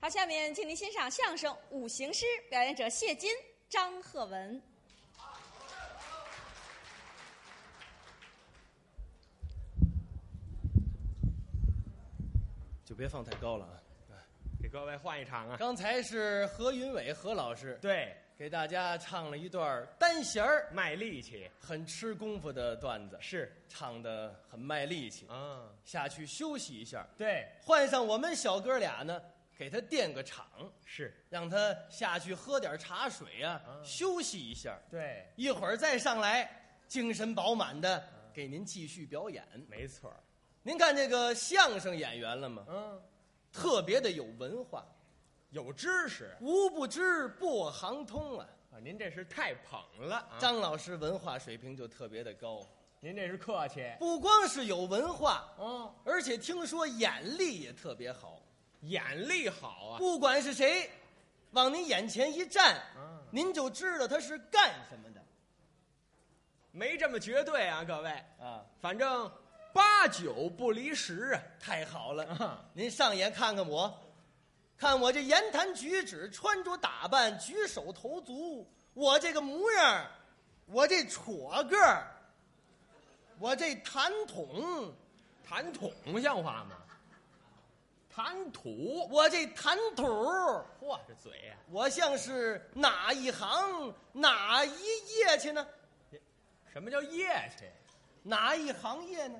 好，下面请您欣赏相声《五行诗》，表演者谢金、张鹤文。就别放太高了啊！给各位换一场啊！刚才是何云伟何老师对，给大家唱了一段单弦儿，卖力气很吃功夫的段子，是唱的很卖力气。啊，下去休息一下，对，换上我们小哥俩呢，给他垫个场，是，让他下去喝点茶水啊，休息一下。对，一会儿再上来，精神饱满的给您继续表演。没错儿，您看这个相声演员了吗？嗯，特别的有文化，有知识无不知，不行通啊。啊！您这是太捧了啊！张老师文化水平就特别的高，您这是客气不光是有文化，哦，而且听说眼力也特别好。眼力好啊！不管是谁，往您眼前一站嗯，您就知道他是干什么的没这么绝对啊，各位，啊！反正八九不离十啊！太好了啊，您上眼看看我，看我这言谈举止、穿着打扮、举手投足，我这个模样儿，我这戳个儿，我这痰桶，谈桶像话吗？谈吐，我这痰土儿。嚯，这嘴啊呀、我像是哪一行哪一业去呢？什么叫业气？哪一行业呢？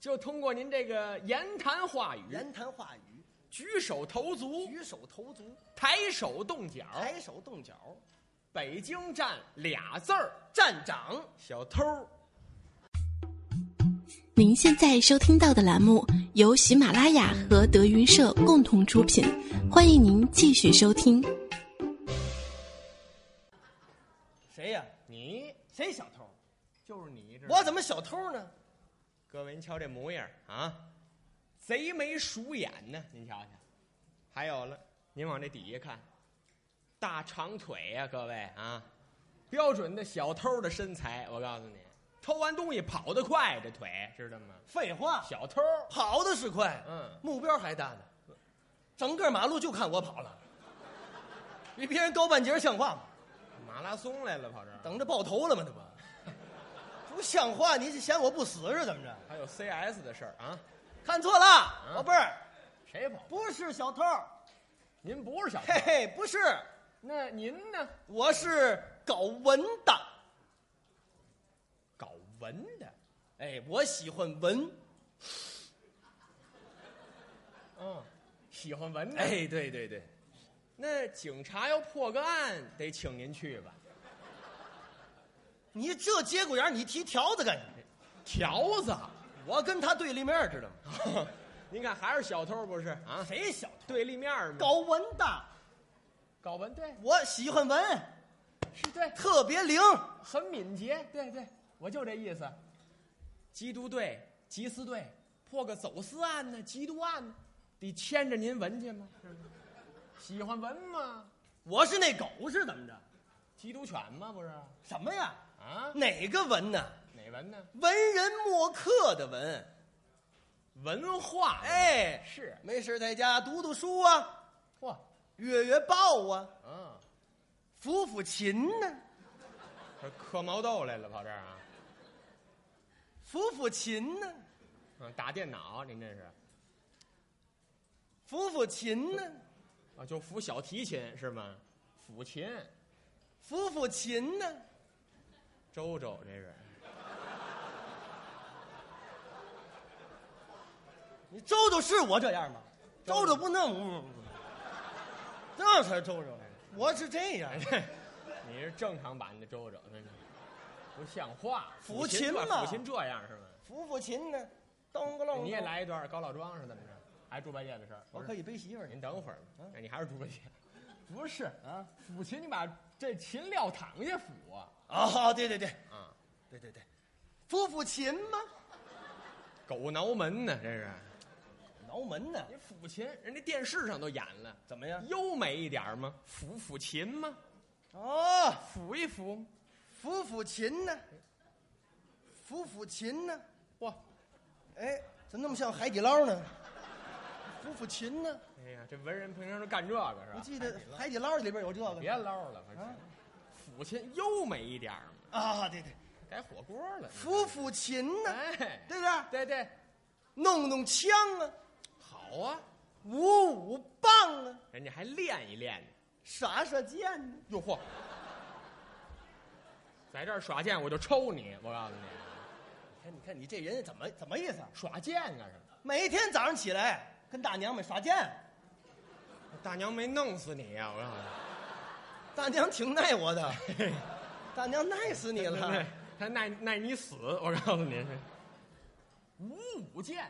就通过您这个言谈话语、言谈话语，举手投足、举手投足，抬手动脚，抬手动脚，北京站俩字儿，站长。小偷儿。您现在收听到的栏目由喜马拉雅和德云社共同出品，欢迎您继续收听。谁呀、你谁小偷？就是你这，我怎么小偷呢？各位您瞧这模样儿啊，贼眉鼠眼呢，您瞧瞧。还有了，您往这底下看，大长腿呀、各位啊，标准的小偷的身材。我告诉你，偷完东西跑得快，这腿知道吗？废话，小偷，跑的是快，嗯目标还大呢。整个马路就看我跑了，比别人高半截儿，像话吗？马拉松来了，跑这儿。等着爆头了吗？ 这不，这不像话！你是嫌我不死是怎么着？嗯还有 CS 的事儿啊，看错了，宝贝儿，谁跑？不是小偷，您不是小偷嘿，嘿，不是，那您呢？我是搞文的。搞文的，哎，我喜欢文。嗯，喜欢文的。，哎，对对对，那警察要破个案，得请您去吧。你这节骨眼儿你提条子干什么？条子，我跟他对立面儿，知道吗？ 您看还是小偷不是啊？谁小偷？对立面儿嘛，搞文的，搞文对，我喜欢文，是对，特别灵。很敏捷，对对，我就这意思。缉毒队、缉私队破个走私案呢、缉毒案呢，得牵着您文去吗？是吗喜欢文吗？我是那狗是怎么着？缉毒犬吗？不是什么呀？啊？哪个文呢？哪文呢？文人墨客的文。文化哎，哎，是没事在家读读书啊，嚯，阅阅报啊，嗯，抚抚琴呢、这嗑毛豆来了，跑这儿啊？抚抚琴呢、嗯，打电脑，您这是抚抚琴呢、啊？就抚小提琴是吗？抚琴，抚抚琴呢、周周这 是。你周周是我这样吗？周周不那么，那才周周来着。我是这样哎，，这你是正常版的周周，真是不像话。抚琴琴吧嘛抚琴这样是吗？抚抚琴呢，咚个隆。你也，来一段高老庄是怎么着？还猪八戒的事儿？我不是可以背媳妇儿去您等会儿啊，哎，你还是猪八戒？不是啊。 抚琴，你把这琴撂躺下抚啊！哦，对对对，啊，对对对，抚抚琴吗？狗挠门呢，这是。挠门呢？你抚琴，人家电视上都演了，怎么样？优美一点吗？抚抚琴吗？哦，抚一抚，抚抚琴呢？抚抚琴呢？哇，哎，怎么那么像海底捞呢？抚抚琴呢。哎呀，这文人平常都干这个是吧？哎我记得啊啊海底捞里边有这个别唠了，反正抚琴优美一点儿嘛，啊，对对，改火锅了。抚抚琴呢，哎，对不对？对对，弄弄枪啊，好啊，舞舞棒啊，人家还练一练呢。耍耍剑啊呢。哟嚯，在这儿耍剑我就抽你！我告诉你，你哎看，你看，你这人怎么怎么意思啊？耍剑干什么？每天早上起来跟大娘们耍剑，啊大娘没弄死你呀、我告诉你大娘挺耐我 的，大娘耐死你对不啊了对。， 他耐耐你死！我告诉你，舞舞剑，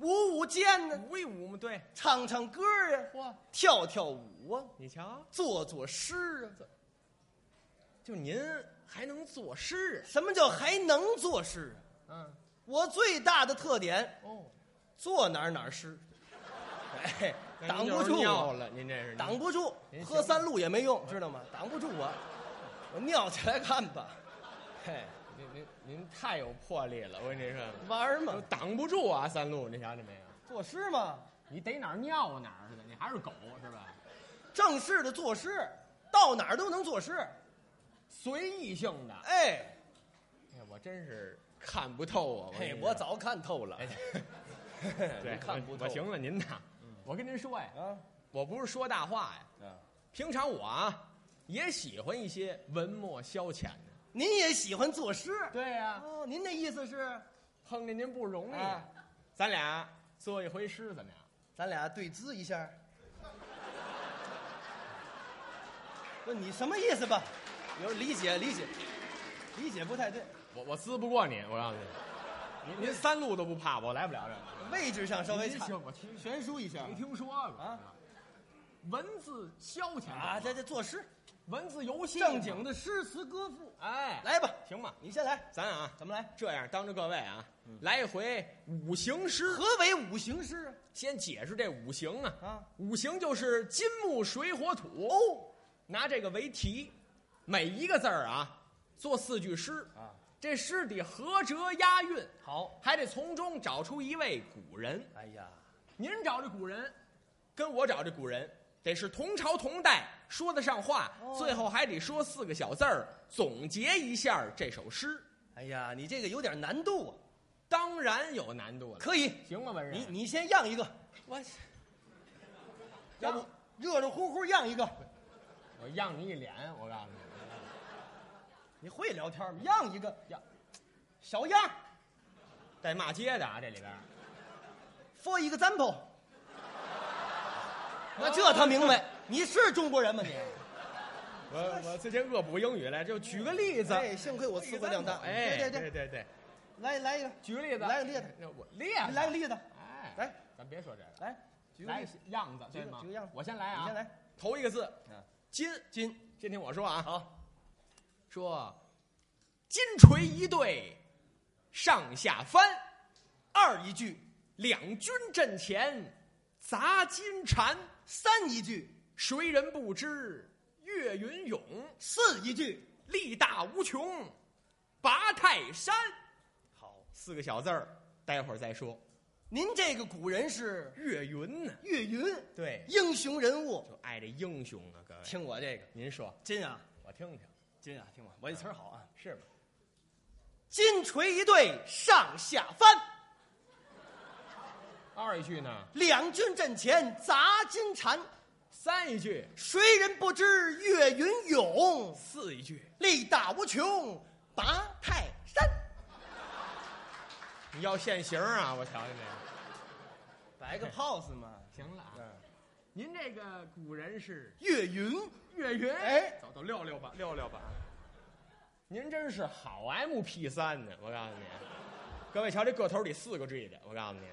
舞舞剑呢，舞一舞嘛，对。唱唱歌啊，嚯，跳跳舞啊，你瞧，做做诗啊。就您还能作诗什么叫还能作诗啊？啊？嗯，我最大的特点，哦，坐哪儿哪儿诗，哎， 挡不住尿我，了，您这是挡不住您，哎行喝三鹿也没用，知道吗？挡不住我，我尿起来看吧，嘿，您您您太有魄力了，我跟您说，玩儿嘛都， 挡不住啊，三路，你瞧见没有？作诗嘛，你逮哪儿尿哪儿似的，你还是狗是吧？正式的作诗，到哪儿都能作诗，随意性的，哎，哎，我真是看不透啊！嘿跟，你说我早看透了，哎，您对，看不我透，我行了，您呐，嗯我跟您说呀，啊，我不是说大话呀，啊平常我啊也喜欢一些文墨消遣的。您也喜欢作诗，对呀、哦，您的意思是，碰见您不容易，啊咱俩做一回诗怎么样？咱俩对峙一下。不，你什么意思吧？有理解理解，理解不太对，我我撕不过你，我告诉你，您您三路都不怕，我来不了这个。位置啊上稍微您差，行，我听悬殊一下没听说过啊？文字消遣啊！这这作诗，文字游戏，正经的诗词歌赋，哎，来吧，行吧，你先来，咱啊怎么来？这样当着各位啊，嗯来一回五行诗。何为五行诗先解释这五行啊，啊？五行就是金木水火土哦，拿这个为题，每一个字儿啊做四句诗啊，这诗得合辙押韵，好，还得从中找出一位古人。哎呀，您找这古人，跟我找这古人得是同朝同代，说得上话，哦最后还得说四个小字儿，总结一下这首诗。哎呀，你这个有点难度啊。当然有难度了，可以，行吗，文人？你你先让一个，我要不热热乎乎让一个。我让你一脸，我告诉你，你会聊天吗？让一个，让，小样儿。带骂街的啊，这里边儿 For example，那这他明白，你是中国人吗？你我我最近恶补英语来，就举个例子。哎，幸亏我词汇量大。哎，对对对对，对对，来来一个，举个例子，来个例子，那我例子，来个，例子，哎，来，咱别说这个，来，举个来例子，样子举对个吗？举个样子我先来啊，你先来。头一个字嗯，金金先听我说啊，好，说金锤一对，上下翻，二一句，两军阵前砸金蝉，三一句，谁人不知岳云勇，四一句，力大无穷，拔泰山。好。四个小字儿，待会儿再说。您这个古人是岳云呢？岳云，对，英雄人物。就爱这英雄啊，各位。听我这个，您说，金啊，我听听，金啊，听我，我这词儿好啊。是吗？金锤一对，上下翻。二一句呢？两军阵前砸金蝉，三一句，谁人不知岳云勇？四一句。力大无穷，拔泰山。你要现形儿啊？我瞧见没有？摆个 pose 嘛。行了啊，您这个古人是岳云，岳云，哎，走走溜溜吧，溜溜吧。您真是好 MP 三呢，我告诉你，各位瞧这个头得四个 G 的，我告诉你，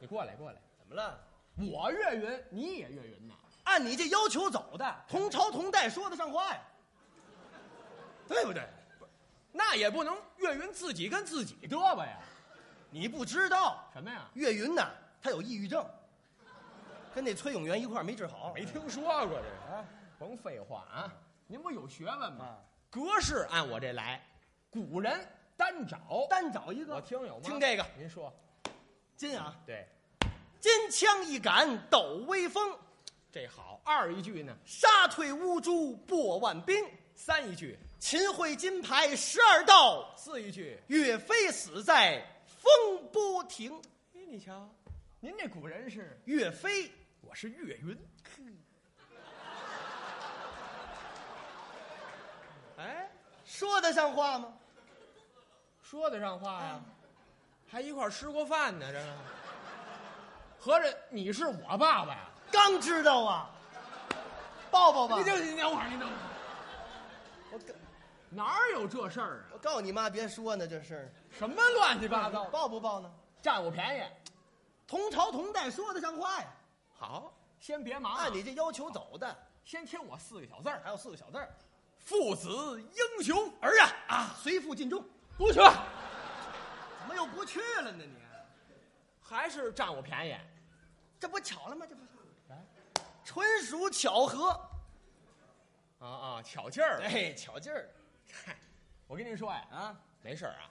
你过来过来，怎么了？我岳云，你也岳云呐？按你这要求走的，同朝同代说得上话呀，对不对？那也不能岳云自己跟自己嘚吧呀？你不知道，什么呀？岳云呐，他有抑郁症，跟那崔永元一块儿没治好。没听说过这个，啊甭废话啊！您不有学问吗？啊！格式按我这来，古人单找，单找一个，我听有吗？听这个，您说金啊，对，金枪一杆抖威风，这好。二一句呢，杀退乌珠破万兵，三一句，秦桧金牌十二道，四一句。岳飞死在风波亭。哎，你瞧，您这古人是，岳飞，我是岳云。哎，说得上话吗？说得上话嗯呀，还一块儿吃过饭呢，这是。合着你是我爸爸呀？刚知道啊，抱抱吧。你就你等会儿，你等会儿，我告哪儿有这事儿啊？我告诉你妈，别说呢这事儿。什么乱七八糟的，抱不抱呢？占我便宜。同朝同代说得上话呀。好，先别忙啊按你这要求走的，先听我四个小字儿：还有四个小字儿。父子英雄。儿啊啊，随父进忠。不去，怎么又不去了呢你？还是占我便宜。这不巧了吗？这不是，哎纯属巧合。啊啊，巧劲儿。哎，巧劲儿嗨，我跟您说呀、啊！没事儿啊，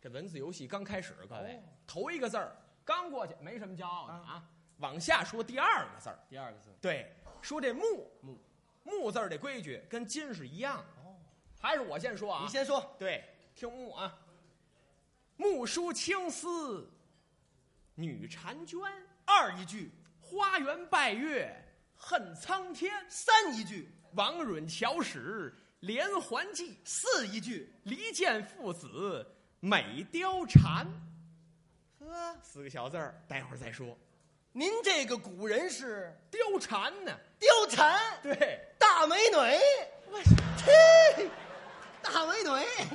这文字游戏刚开始，各位，哦头一个字儿刚过去，没什么骄傲的啊。往下说第二个字儿，第二个字，对，说这木木木字儿的规矩跟金是一样的。哦，还是我先说啊，你先说。对，听木啊，木梳青丝，女婵娟，二一句，花园拜月恨苍天，三一句，王允巧使连环计，四一句，离间父子美貂蝉。呵，四个小字儿，待会儿再说。您这个古人是貂蝉呢？貂蝉、对，大美女，我嘿，大美女，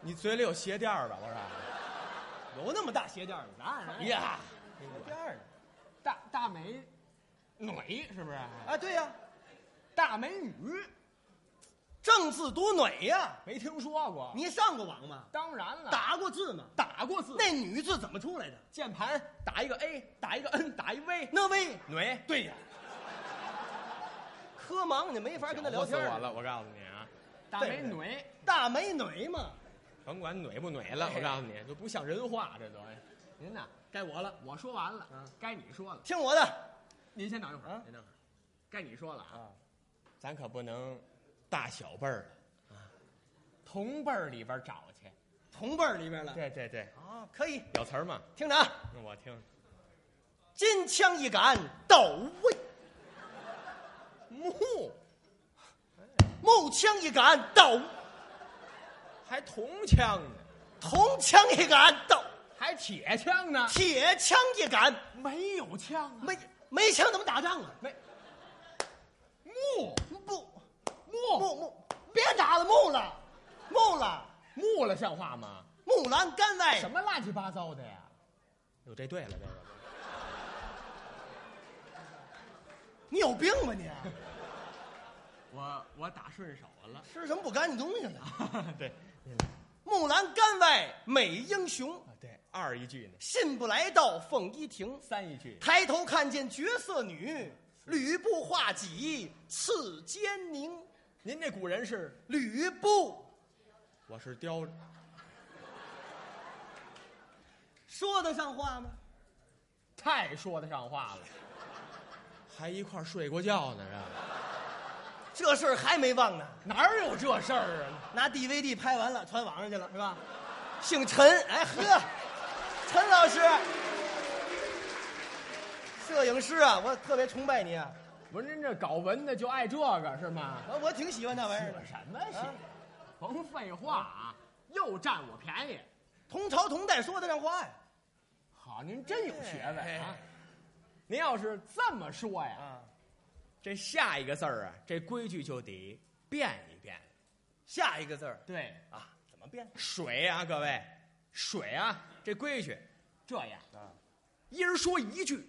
你嘴里有鞋垫儿吧？我说，有那么大鞋垫儿吗？当然哎呀，有垫儿呢大大美女是不是？啊，对呀、大美女正字读女呀、没听说过？你上过网吗？当然了，打过字吗？打过字，那女字怎么出来的？键盘打一个 A，打一个 N，打一 V，那位女对呀，科忙你没法跟他聊天搅儿和死我了，我告诉你啊，大对美女，大美女嘛，甭管女不女了，我告诉你，都不像人话，这都。您呐，该我了，我说完了，该你说了。听我的，您先等一会儿，啊您等会儿，该你说了啊，咱可不能大小辈儿了啊，同辈儿里边找去。同辈儿里边了。对对对，啊，可以，有词儿嘛，听着啊，那我听。金枪一杆抖威，木木枪一杆抖，还铜枪呢，铜枪一杆抖，还铁枪呢，铁枪一杆没有枪啊，没没枪怎么打仗啊？没木不，木木木，别打了，木了，木了，木了，像话吗？木兰干外什么乱七八糟的呀？有这对了，这个你有病吧你？啊我我打顺手了。吃什么不干净东西了？ 对， 木兰干外美英雄，啊对，二一句呢，信步来到凤衣亭，三一句，抬头看见绝色女，吕布画戟刺奸宁。您这古人是吕布我是雕，说得上话吗？太说得上话了，还一块儿睡过觉呢，这这事儿还没忘呢，哪儿有这事儿啊？拿 DVD 拍完了，传网上去了是吧？姓陈，哎呵，陈老师，摄影师啊，我特别崇拜你啊，不是您这搞文的就爱这个是吗？我我挺喜欢那玩意儿的这。什么戏？甭废话啊，又占我便宜。同朝同代说得上话呀、好，您真有学问啊哎！您要是这么说呀，啊，这下一个字儿啊，这规矩就得变一变。下一个字儿对，啊，怎么变？水啊，各位，水啊，这规矩这样啊，一人说一句，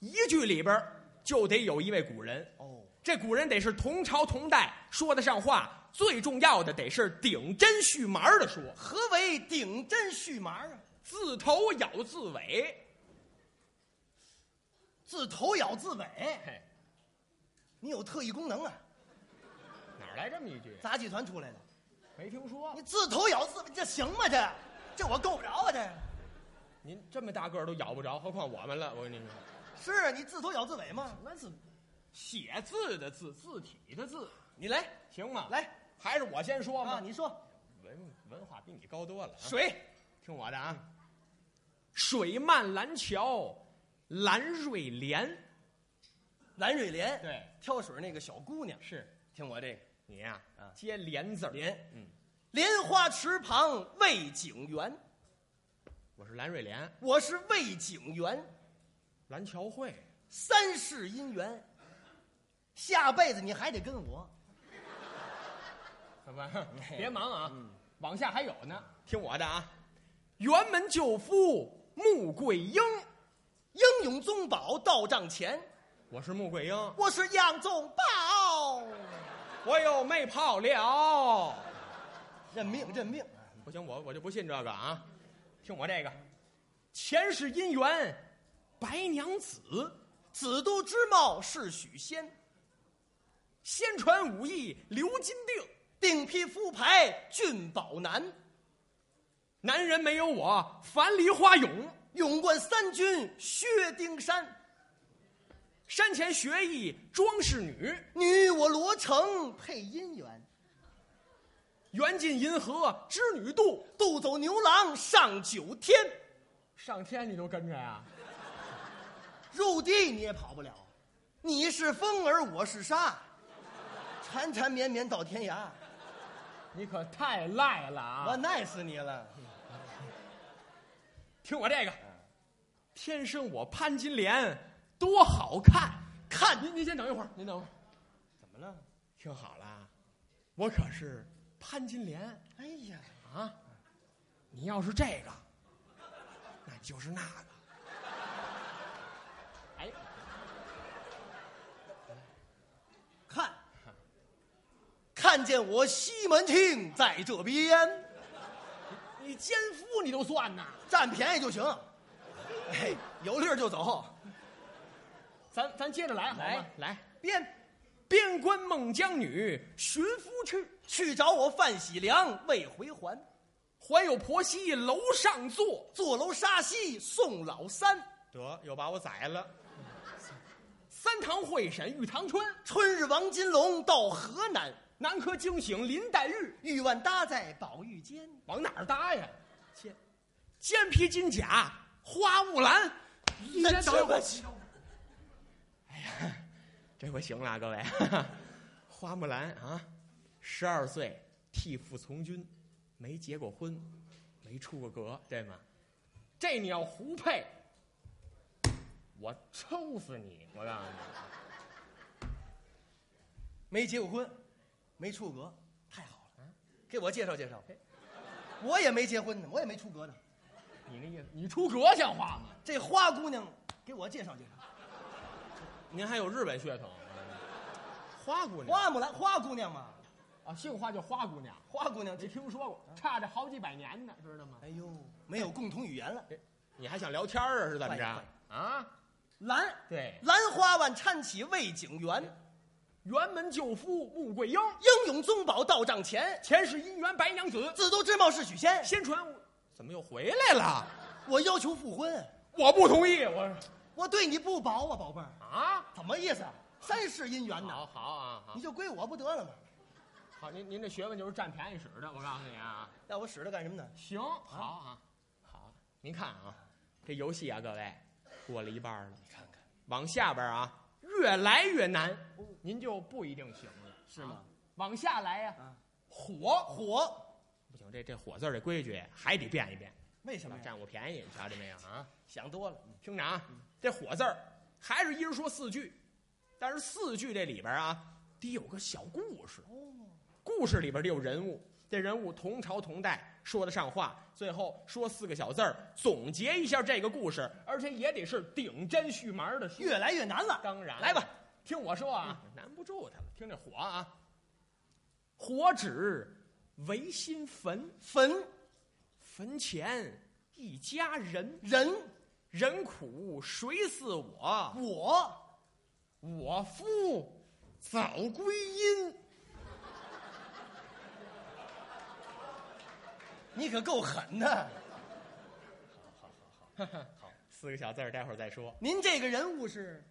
一句里边儿就得有一位古人。哦，这古人得是同朝同代，说得上话。最重要的得是顶针续麻儿的说，何为顶针续麻啊？自头咬自尾。自头咬自尾，嘿，你有特异功能啊？哪儿来这么一句？杂技团出来的，没听说你自头咬自尾，这行吗？这这我够不着啊！这您这么大个儿都咬不着，何况我们了。我跟您说，是啊，你自头咬自尾嘛。那是写字的字，字体的字，你来行吗？，来还是我先说啊，吗？你说文文化比你高多了、啊。水听我的啊，水漫蓝桥，蓝瑞莲。蓝蕊莲，对，挑水那个小姑娘，是听我这个。你呀、啊接莲字儿莲，嗯，莲花池旁魏景元，我是蓝瑞莲，我是魏景元，蓝桥 会。三世姻缘，下辈子你还得跟我。怎么？别忙啊，往下还有呢。听我的啊，辕门救夫穆桂英，英勇宗保到帐前，我是穆桂英，我是杨宗保，我又没跑了。认命认命。不行，我我就不信这个啊！听我这个，前世姻缘，白娘子，子都之貌是许仙，仙传武艺刘金定。定披夫牌俊宝男，男人没有我，樊梨花勇。勇冠三军薛丁山。山前学艺装饰女，女我罗成配姻缘，缘尽银河织女渡。渡走牛郎上九天，上天你都跟着呀、入地你也跑不了。你是风儿，我是沙，缠缠绵绵到天涯。你可太赖了啊我耐死你了！听我这个，天生我潘金莲多好看！看您，您先等一会儿，您等会儿，怎么了？听好了啊，我可是潘金莲哎呀，啊！你要是这个，那你就是那个。哎，看，看见我西门庆在这边，你奸夫你都算呐？占便宜就行。哎，有理儿就走。咱咱接着来好来吗？来，编，边关孟姜女寻夫去，去找我范喜良未回还，还有婆媳楼上坐。坐楼杀西送老三。得，又把我宰了。三堂会审玉堂春，春日王金龙到河南，南柯惊醒林黛玉，玉腕搭在宝玉间，往哪儿搭呀？肩肩披金甲花木兰，你先等一会儿。 这回行了啊，各位。花木兰啊，十二岁替父从军，没结过婚，没出过阁，对吗？这你要胡配，我抽死你！我告诉你，没结过婚，没出阁，太好了。给我介绍介绍，我也没结婚呢，我也没出阁呢。你那意思，你出阁像话吗？这花姑娘给我介绍介绍，您还有日本血统，花姑娘花木兰，花姑娘嘛，啊，姓花叫花姑娘，花姑娘没这，听说过，差着好几百年呢，知道吗？哎呦，没有共同语言哎了。你还想聊天啊？是怎么快着啊？兰，对，兰花腕搀起魏景元，辕门救夫穆桂英，英勇宗保到帐前，前世姻缘白娘子，自都之貌是许仙。先传我怎么又回来了？我要求复婚，我不同意，我我对你不薄啊，宝贝儿，啊，怎么意思？三世姻缘呐，好好啊，好你，就归我不得了吗？好，您您这学问就是占便宜使的，我告诉你啊，要我使它干什么呢？行，好啊，好，您看啊，这游戏啊，各位过了一半了，你看看，往下边啊越来越难，您就不一定行了，是吗啊？往下来呀、啊火火不行，这这火字儿这规矩还得变一变，为什么呀？啊占我便宜，你瞧见没有啊？想多了，听着啊，这火字儿还是一人说四句，但是四句这里边啊得有个小故事，哦故事里边得有人物，这人物同朝同代，说得上话，最后说四个小字儿，总结一下这个故事，而且也得是顶针续麻的说。越来越难了。当然，来吧，嗯听我说啊，难不住他了。听这火啊，火指为心焚，坟坟前一家人，人人苦谁似我？我我夫早归阴。你可够狠的。好，四个小字儿，待会儿再说。您这个人物是？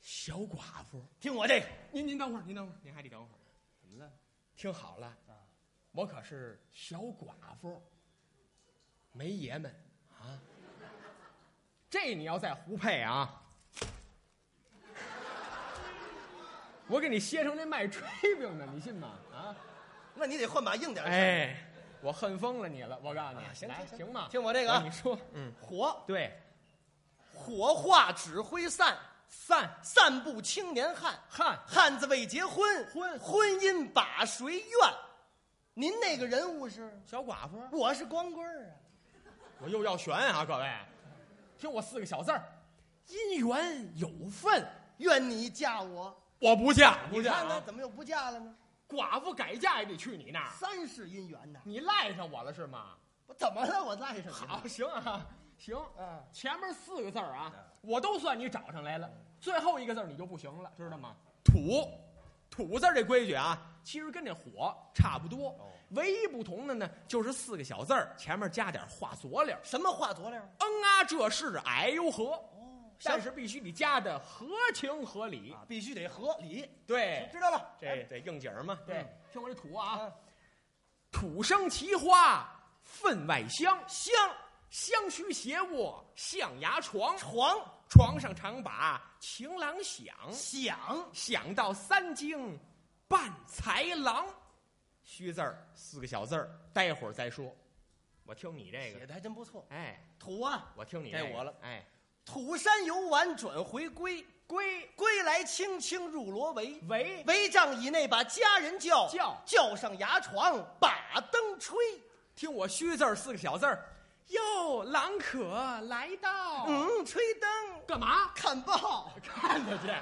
小寡妇，听我这个，您您等会儿，您等会儿，您还得等会儿。嗯怎么了？听好了啊，我可是小寡妇，没爷们啊。这你要再胡配啊，我给你歇成那卖炊饼的，你信吗？啊，那你得换把硬点的。，哎，我恨疯了你了，我告诉你，啊行来行行行吗？听我这个啊来你说，嗯，活对，活化指挥散，散散步青年汉，汉汉子未结婚，婚婚姻把谁怨？您那个人物是？小寡妇，我是光棍儿啊。我又要悬啊，各位，听我四个小字儿，姻缘有份，愿你嫁我，我不嫁，你不嫁看看啊！怎么又不嫁了呢？寡妇改嫁也得去你那儿，三世姻缘呐，你赖上我了是吗？我怎么了？我赖上你了好，行啊，行，啊，前面四个字儿啊，我都算你找上来了，最后一个字儿你就不行了，知道吗？土，土字儿这规矩啊，其实跟这火差不多，唯一不同的呢，就是四个小字儿前面加点画佐料，什么话佐料？嗯啊，这是哎呦呵，哦，但是必须得加的合情合理，啊，必须得合理，对，知道了。哎这得应景儿嘛。嗯对，听我这土啊，嗯土生其花，分外香，香香须斜卧象牙床，床床上常把情郎想，嗯响，想到三更伴才郎。虚字儿四个小字儿，待会儿再说。我听你这写个，的还真不错。哎，土啊，我听你、这该个、我了，哎，土山游玩转回归，归归来青青入罗围，为围帐以内把家人叫，叫叫上牙床把灯吹。听我虚字儿四个小字儿，哟，郎可来到，嗯，吹灯干嘛？看报，看得见，